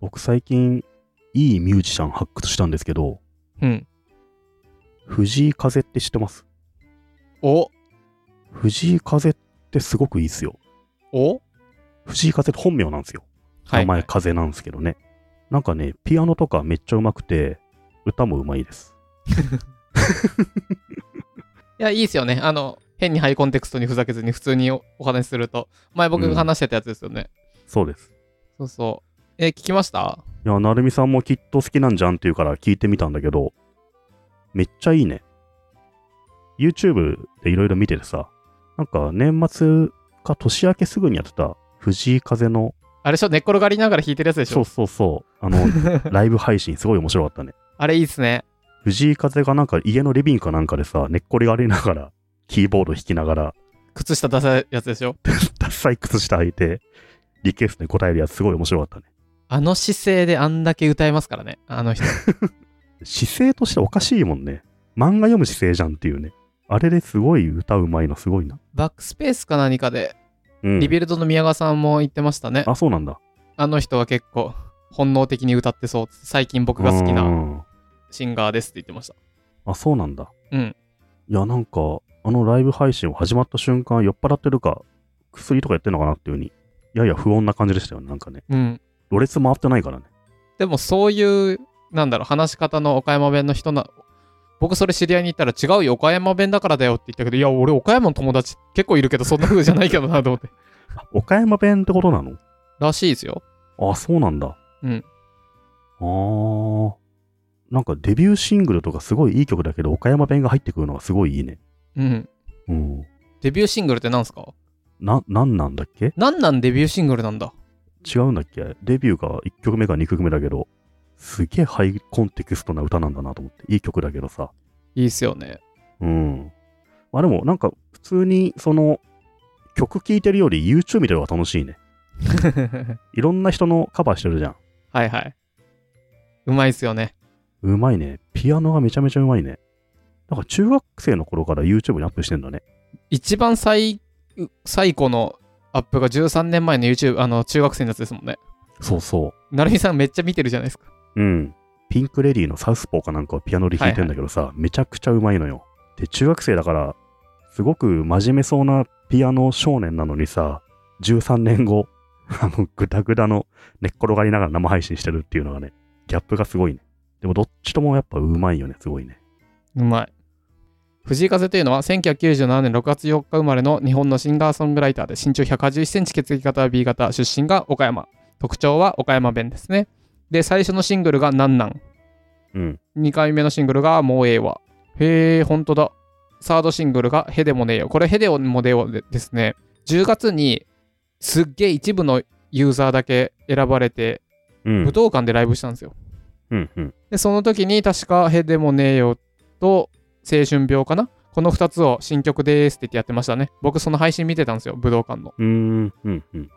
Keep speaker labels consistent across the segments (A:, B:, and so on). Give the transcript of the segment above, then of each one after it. A: 僕最近いいミュージシャン発掘したんですけど、
B: うん。
A: 藤井風って知ってます
B: お
A: 藤井風ってすごくいいっすよ。
B: お
A: 藤井風って本名なんですよ。名前風なんですけどね。なんかね、ピアノとかめっちゃうまくて、歌もうまいです。
B: いや、いいですよね。あの、変にハイコンテクストにふざけずに普通におお話しすると。前僕が話してたやつですよね。
A: そうです。
B: そうそう。えー聞きました
A: いや、成美さんもきっと好きなんじゃんっていうから聞いてみたんだけど、めっちゃいいね。YouTube でいろいろ見ててさ、なんか年末か年明けすぐにやってた藤井風の、
B: あれでしょ寝っ転がりながら弾いてるやつでし
A: そう
B: ょ
A: そうそう、 あの、ライブ配信すごい面白かったね。
B: あれいいっすね。
A: 藤井風がなんか家のリビングかなんかでさ、寝っ転がりながら、キーボード弾きながら、
B: 靴下出さいやつでしょ
A: ダッサい靴下履いて、リクエストに答えるやつすごい面白かったね。
B: あの姿勢であんだけ歌えますからね。あの人。
A: 姿勢としておかしいもんね。漫画読む姿勢じゃんっていうね。あれですごい歌うまいのすごいな。
B: バックスペースか何かで、
A: うん。
B: リビルドの宮川さんも言ってましたね。
A: あ、そうなんだ。
B: あの人は結構、本能的に歌ってそう。最近僕が好き
A: う
B: なんシンガーですって言ってました。
A: あ、そうなんだ。
B: うん。
A: いや、なんか、あのライブ配信を始まった瞬間、酔っ払ってるか、薬とかやってんのかなっていう風に、やや不穏な感じでしたよね。なんかね。
B: うん。
A: ろれつ回ってないからね。
B: でもそういう、なんだろう、話し方の岡山弁の人な、僕それ知り合いに言ったら違うよ、岡山弁だからだよって言ったけど、いや、俺岡山の友達結構いるけど、そんな風じゃないけどなと思って。
A: あ岡山弁ってことなの
B: らしいですよ。
A: あ、そうなんだ。
B: うん。
A: あー。なんかデビューシングルとかすごいいい曲だけど、岡山弁が入ってくるのがすごいいいね。
B: うん。
A: うん。
B: デビューシングルって何すか
A: な、なんなんだっけ
B: なんなんデビューシングルなんだ。
A: 違うんだっけデビューが1曲目か2曲目だけど、すげえハイコンテクストな歌なんだなと思って。いい曲だけどさ。
B: いいっすよね。
A: うん。まあでも、なんか普通にその、曲聴いてるより YouTube 見てる方が楽しい ね。いろんな人のカバーしてるじゃん。
B: はいはい。うまいっすよね。
A: うまいね。ピアノがめちゃめちゃうまいね。だから中学生の頃から YouTube にアップしてんだね。
B: 一番最、最古のアップが13年前の YouTube、あの、中学生のやつですもんね。
A: そうそ
B: なるみさんめっちゃ見てるじゃないですか。
A: う。うん。ピンクレディーのサウスポーかなんかをピアノで弾いてんだけどさ、めちゃくちゃうまいのよ。で、中学生だから、すごく真面目そうなピアノ少年なのにさ、13年後、あの、ぐだぐだの寝っ転がりながら生配信してるっていうのがね、ギャップがすごいね。でもどっちともやっぱうまいよね、すごいね。
B: うまい。藤井風というのは1997年6月4日生まれの日本のシンガーソングライターで身長181センチ血液型は B 型出身が岡山特徴は岡山弁ですねで最初のシングルが「なんなん
A: うん。」
B: 2回目のシングルが「もうええわ」へえほんとだサードシングルが「へでもねえよ」これ「へでもねえよ」でですね10月にすっげえ一部のユーザーだけ選ばれて
A: うん。
B: 武道館でライブしたんですよ
A: うん。うん。
B: で、その時に確か、へでもねえよと、青春病かなこの2つを新曲でーすって言ってやってましたね。僕、その配信見てたんですよ、武道館の。
A: うーん。うん。うん。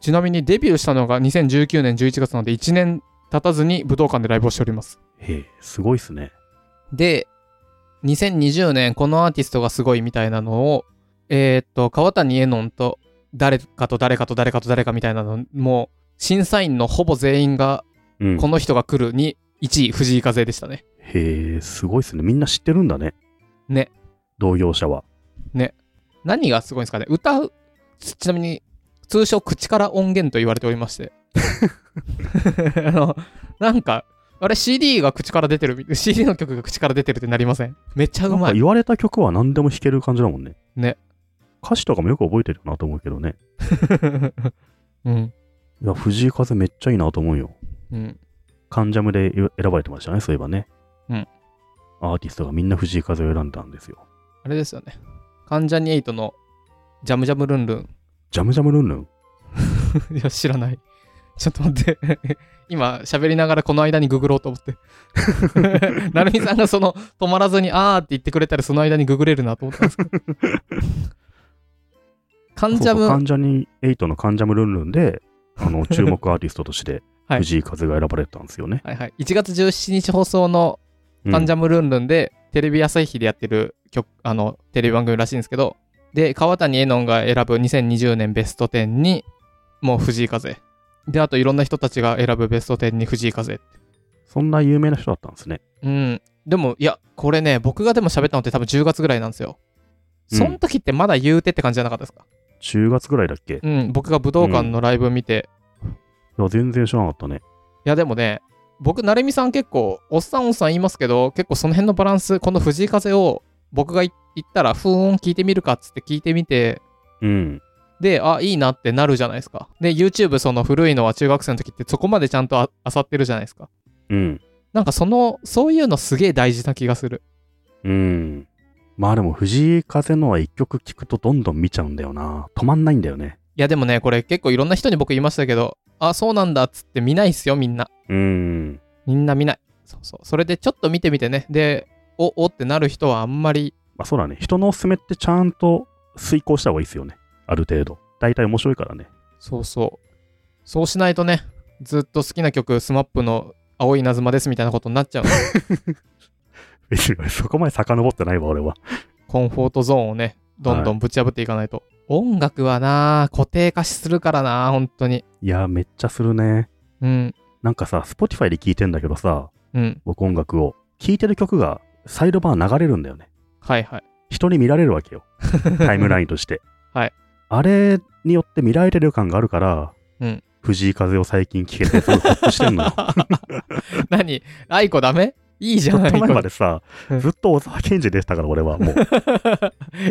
B: ちなみにデビューしたのが2019年11月なので、1年経たずに武道館でライブをしております。
A: へえ、すごいっすね。
B: で、2020年、このアーティストがすごいみたいなのを、えーっと、川谷絵音と、誰かと誰かと誰かと誰かみたいなの、もう、審査員のほぼ全員が、
A: うん。
B: この人が来るに、1位、藤井風でしたね。
A: へえ、すごいっすね。みんな知ってるんだね。
B: ね。
A: 同業者は。
B: 何がすごいんですかね歌うちちなみに通称口から音源と言われておりまして あのなんかあれ CD が口から出てる CD の曲が口から出てるってなりませんめっちゃう
A: なん
B: ま
A: か
B: い
A: 言われた曲は何でも弾ける感じだもんね。
B: ね。
A: 歌詞とかもよく覚えてるなと思うけどね。
B: うん、
A: いや、藤井風めっちゃいいなと思うよ。
B: うん、
A: カンジャムで選ばれてましたね、そういえばね。
B: うん。
A: アーティストがみんな藤井風を選んだんですよ。
B: あれですよね関ジャニエイトのジャムジャムルンルン
A: ジャムジャムルンルン。
B: いや知らないちょっと待って 今喋りながらこの間にググろうと思って 成美さんがその止まらずにあーって言ってくれたらその間にググれるなと思ったんで すけどカンジャ
A: そうそう
B: ム
A: 関ジャニ8のカンジャムルンルンで、あ の、注目アーティストとして、
B: はい
A: 藤井風が選ばれたんですよね。
B: はいはい、1月17日放送の「
A: うん
B: 関ジャムルンルン」で、テレビ朝日でやってる曲あのテレビ番組らしいんですけどで川谷絵音が選ぶ2020年ベスト10にもう藤井風で、あといろんな人たちが選ぶベスト10に藤井風。
A: そんな有名な人だったんですね。
B: うん。でも、いや、これね、僕がでも喋ったのって多分10月ぐらいなんですよ。
A: うん
B: その時ってまだ言うてって感じじゃなかったですか、
A: 10月ぐらいだっけい
B: うん、僕が武道館のライブ見て、
A: や、全然知らなかったね。
B: いやでもね、僕、成美さん結構、おっさんおっさん言いますけど、結構その辺のバランス、この藤井風を僕がい言ったら、ふーん、聞いてみるかっつって聞いてみて、
A: うん。
B: で、あ、いいなってなるじゃないですか。で、YouTube、その古いのは中学生の時ってそこまでちゃんとああさってるじゃないですか。
A: うん。
B: なんかその、そういうのすげえ大事な気がする。
A: うん。まあでも、藤井風のは一曲聴くとどんどん見ちゃうんだよな。止まんないんだよね。
B: いやでもね、これ結構いろんな人に僕言いましたけど、あ、そうなんだっつって見ないっすよ、みんな。
A: うん。
B: みんな見ない。そうそう。それでちょっと見てみてね。で、お、おってなる人はあんまり、
A: まあそうだね。人のおすすめってちゃんと遂行した方がいいですよね。ある程度。大体面白いからね。
B: そうそう。そうしないとね、ずっと好きな曲、SMAP の青い稲妻ですみたいなことになっち ゃうの。
A: 別にそこまで遡ってないわ、俺は。
B: コンフォートゾーンをね、どんどんぶち破っていかないと。音楽はなあ、固定化しするからなあ、本当に。
A: いや、めっちゃするね。
B: うん、
A: なんかさ、Spotify で聴いてんだけどさ、
B: うん。
A: 僕音楽を。聴いてる曲がサイドバー流れるんだよね。
B: はいはい。
A: 人に見られるわけよ。タイムラインとして。
B: はい。
A: あれによって見られてる感があるから、
B: うん
A: 藤井風を最近聴けて、すごいホッとしてんの よ。
B: 何アイコダメいいじ
A: ち
B: ゃ
A: ょ
B: ん、
A: っ
B: ア
A: と
B: イ
A: 前
B: コ
A: ま。でさ
B: う、ん
A: ずっと小沢健二でしたから、 俺は。もう、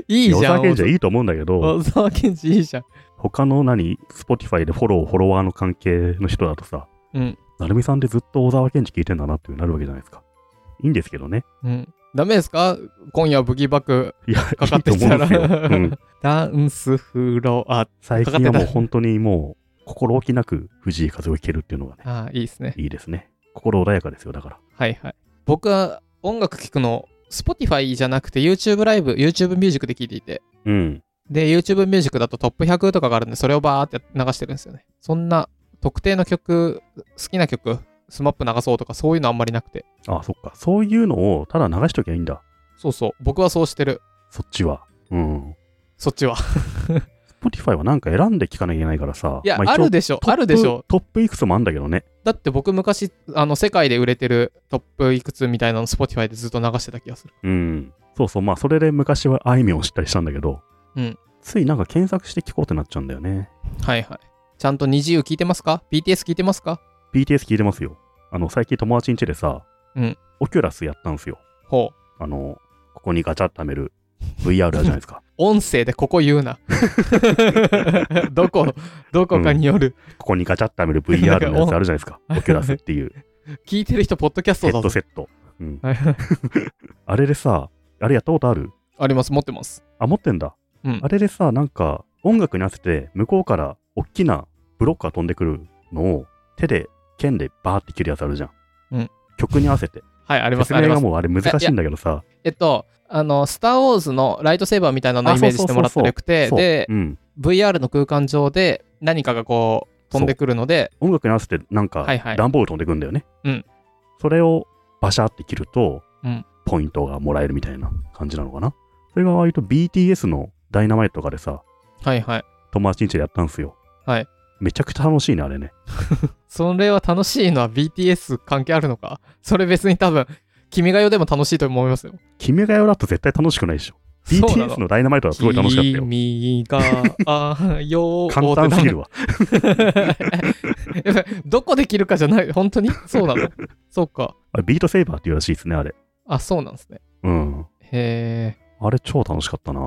B: いいじ
A: 小
B: ゃん。
A: 沢健二はいいと思うんだけど、
B: 小沢健二いいじゃん。
A: 他の何、Spotify でフォロー、フォロワーの関係の人だとさ、
B: うん、
A: なるみさんってずっと小沢健二聴いてんだなっていうなるわけじゃないですか。いいんですけどね。
B: うん。ダメですか今夜ブギーバック、
A: いや、
B: かかって
A: いい
B: き
A: と思
B: た
A: うんで
B: ら
A: すよ。うん、
B: ダンスフロア。
A: 最近
B: かか
A: は
B: って
A: も
B: た
A: う本当にもう、心置きなく藤井風を聴けるっていうのがね、
B: ああ、いいですね。
A: いいですね。心穏やかですよ、だから。
B: はいはい。僕は音楽聴くの、Spotify じゃなくて YouTube ライブ、YouTube ミュージックで聴いていて、
A: うん。
B: で、YouTube ミュージックだとトップ100とかがあるんで、それをバーって流してるんですよね。そんな特定の曲、好きな曲、SMAP 流そうとかそういうのあんまりなくて。
A: あ、そっか。そういうのをただ流しときゃいいんだ。
B: そうそう、僕はそうしてる。
A: そっちは。うん。
B: そっちは。
A: Spotify はなんか選んで聞かなきゃいけないからさ。
B: いや、
A: ま
B: あ
A: 一応
B: るでしょ、
A: トップ
B: あるでしょ。
A: トップいくつもあんだけどね。
B: だって僕昔、あの、世界で売れてるトップいくつみたいなの Spotify でずっと流してた気がする。
A: うん。そうそう。まあ、それで昔はあいみょんを知ったりしたんだけど、
B: うん
A: ついなんか検索して聞こうってなっちゃうんだよね。
B: はいはい。ちゃんと二自由聞いてますか ?BTS 聞いてますか
A: BTS 聞いてますよ。あの、最近友達ん家でさ、
B: うん
A: オキュラスやったんですよ。
B: ほう。
A: あの、ここにガチャってはめる VR あるじゃないです か。
B: 音声でここ言 うな。どこ、どこかによる。
A: ここにガチャってはめる VR のやつあるじゃないですか。
B: なんかお
A: オキュラス っていう
B: 聞いてる人、ポッドキャス
A: ヘッ
B: トだ
A: ド
B: ぞ。
A: セット。うん、
B: はいはい
A: あれでさ、あれやったことある
B: あります、持ってます。
A: あ、持ってんだ。
B: うん
A: あれでさ、なんか音楽に合わせて向こうから大きなブロックが飛んでくるのを手で剣でバーって切るやつあるじゃん。
B: うん
A: 曲に合わせて。
B: はい、あります、
A: 説
B: あり
A: 明
B: ま
A: が
B: す。
A: もうあれ難しいんだけどさ。
B: えっと、あの、スター・ウォーズのライトセーバーみたいなのを
A: あ
B: イメージしてもらったらよくて、
A: そう
B: で、
A: うん、
B: VR の空間上で何かがこう、飛んでくるので、
A: 音楽に合わせてなんか
B: はいはい
A: 段ボール飛んでくんだよね。
B: うん
A: それをバシャって切ると、
B: うん
A: ポイントがもらえるみたいな感じなのかな。それが割と BTS のダイナマイトとかでさ、
B: はいはい。
A: 友達ん家でやったんすよ。
B: はい。
A: めちゃくちゃ楽しいね、あれね。
B: それは楽しいのは BTS 関係あるのかそれ別に多分、君が代でも楽しいと思いますよ。
A: 君が代だと絶対楽しくないでしょ。
B: そうなの
A: BTS のダイナマイトはすごい楽しかったよ。
B: 君がよ
A: 簡単すぎるわ。
B: やっぱりどこで切るかじゃない、本当にそうなのそうか。
A: あれビートセイバーっていうらしいですね、あれ。
B: あ、そうなんですね。
A: うん。
B: へ
A: あれ超楽しかったな、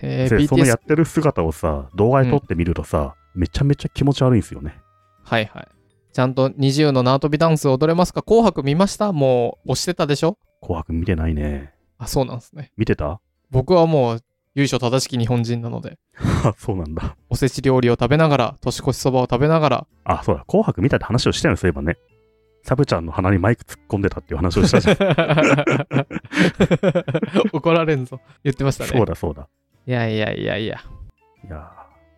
B: え。へえ、
A: でそのや
B: BTS
A: っ。てる姿をさ、動画で撮ってみるとさ、めちゃめちゃ気持ち悪いんですよね。
B: はいはい。ちゃんと NiziU の縄跳びダンス踊れますか紅白見ましたもう押してたでしょ
A: 紅白見てないね。
B: あ、そうなんですね。
A: 見てた
B: 僕はもう、由緒正しき日本人なので、
A: あ、そうなんだ。
B: おせち料理を食べながら、年越しそばを食べな がら、
A: あ、そうだ。紅白見たって話をしたよね、そういえばね。サブちゃんの鼻にマイク突っ込んでたっていう話をしたじゃん。
B: 怒られんぞ。言ってま した
A: そう
B: ね。
A: だ、そうだ。
B: いやいやいやいや。
A: いや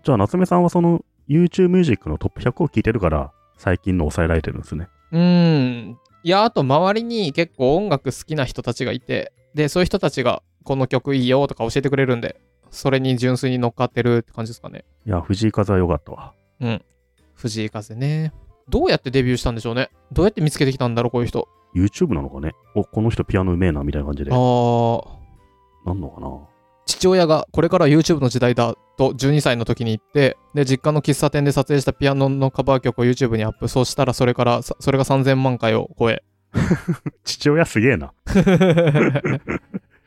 A: ーじゃあ、夏目さんはその YouTube ミュージックのトップ100を聞いてるから、最近の抑えられてるんですね。
B: うーん。いや、あと周りに結構音楽好きな人たちがいて、で、そういう人たちが、この曲いいよとか教えてくれるんで、それに純粋に乗っかってるって感じですかね。
A: いや、藤井風は良かったわ。
B: うん。藤井風ね。どうやってデビューしたんでしょうね。どうやって見つけてきたんだろう、こういう人。
A: YouTube なのかねお、この人ピアノうめえな、みたいな感じで。
B: ああ、
A: なんのかな
B: 父親がこれから YouTube の時代だと12歳の時に言って、で、実家の喫茶店で撮影したピアノのカバー曲を YouTube にアップ。そうしたら、それから、さそれが3000万回を 超え。
A: 父親すげえな。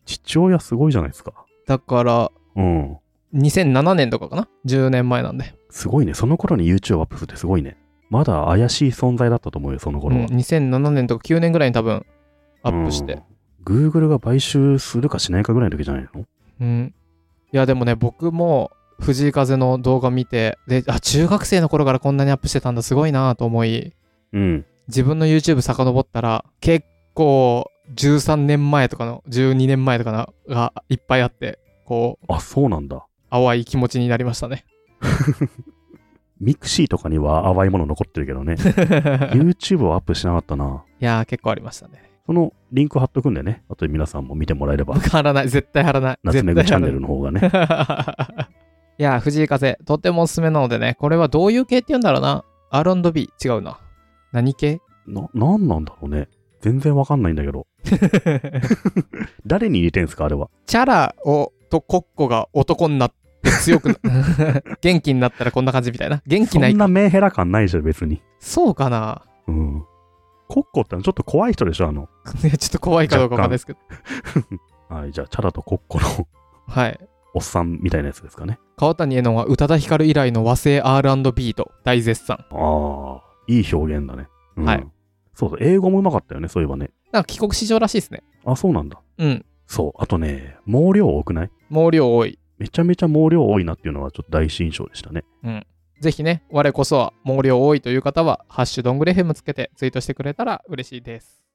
A: 父親すごいじゃないですか。
B: だから、
A: うん。
B: 2007年とかかな ?10 年前なんで。
A: すごいね。その頃に YouTube アップするってすごいね。まだ怪しい存在だったと思うよ、その
B: う
A: 頃は。
B: ん、2007年とか9年ぐらいに多分、アップして。
A: うん。Google が買収するかしないかぐらいの時じゃないの
B: うん。いや、でもね、僕も藤井風の動画見て、で、あ、中学生の頃からこんなにアップしてたんだ、すごいなと思い、
A: うん。
B: 自分の YouTube 遡ったら、結構、13年前とかの、12年前とかのがいっぱいあって、こう、
A: あ、そうなんだ。
B: 淡い気持ちになりました ね。
A: ミクシーとかには淡いもの残ってるけ どね。YouTube をアップしなかったな。
B: いやー、結構ありましたね。
A: そのリンク貼っとくんでね。あとで皆さんも見てもらえれば。
B: 僕貼らない、絶対貼らない。
A: 夏目
B: 絶
A: ぐ
B: 対
A: チャ
B: 貼
A: ン
B: ら
A: ネ
B: な
A: ル
B: い
A: の方がね。
B: いやー、藤井風、とてもおすすめなのでね、これはどういう系って言うんだろうな。R&B、違うな。何 系
A: な、なんなんだろうね。全然わかんないんだけど。誰に似てんすか、あれは。
B: チャラをとコッコが男になって強くな元気になったらこんな感じみたいな元気
A: そ
B: ない
A: んなメンヘラ感ないでしょ、別に。
B: そうかな
A: うん。コッコってのはちょっと怖い人でしょ、あの。
B: いやちょっと怖いかどうかわかんないですけど
A: はい、じゃあ、チャラとコッコの
B: はい
A: おっさんみたいなやつですかね。
B: 川谷絵音は宇多田ヒカル以来の和製 R&B と大絶賛
A: ああ、いい表現だね。うん
B: はい。
A: そうそう、英語もうまかったよね、そういえばね。
B: なんか帰国子女らしいですね
A: あ、そうなんだ。
B: うん
A: そう、あとね、毛量多くない
B: 毛量多い
A: めちゃめちゃ毛量多いなっていうのはちょっと第一印象でしたね。
B: ぜひね我こそは毛量多いという方は「ハッシュどんぐり FM」つけてツイートしてくれたら嬉しいです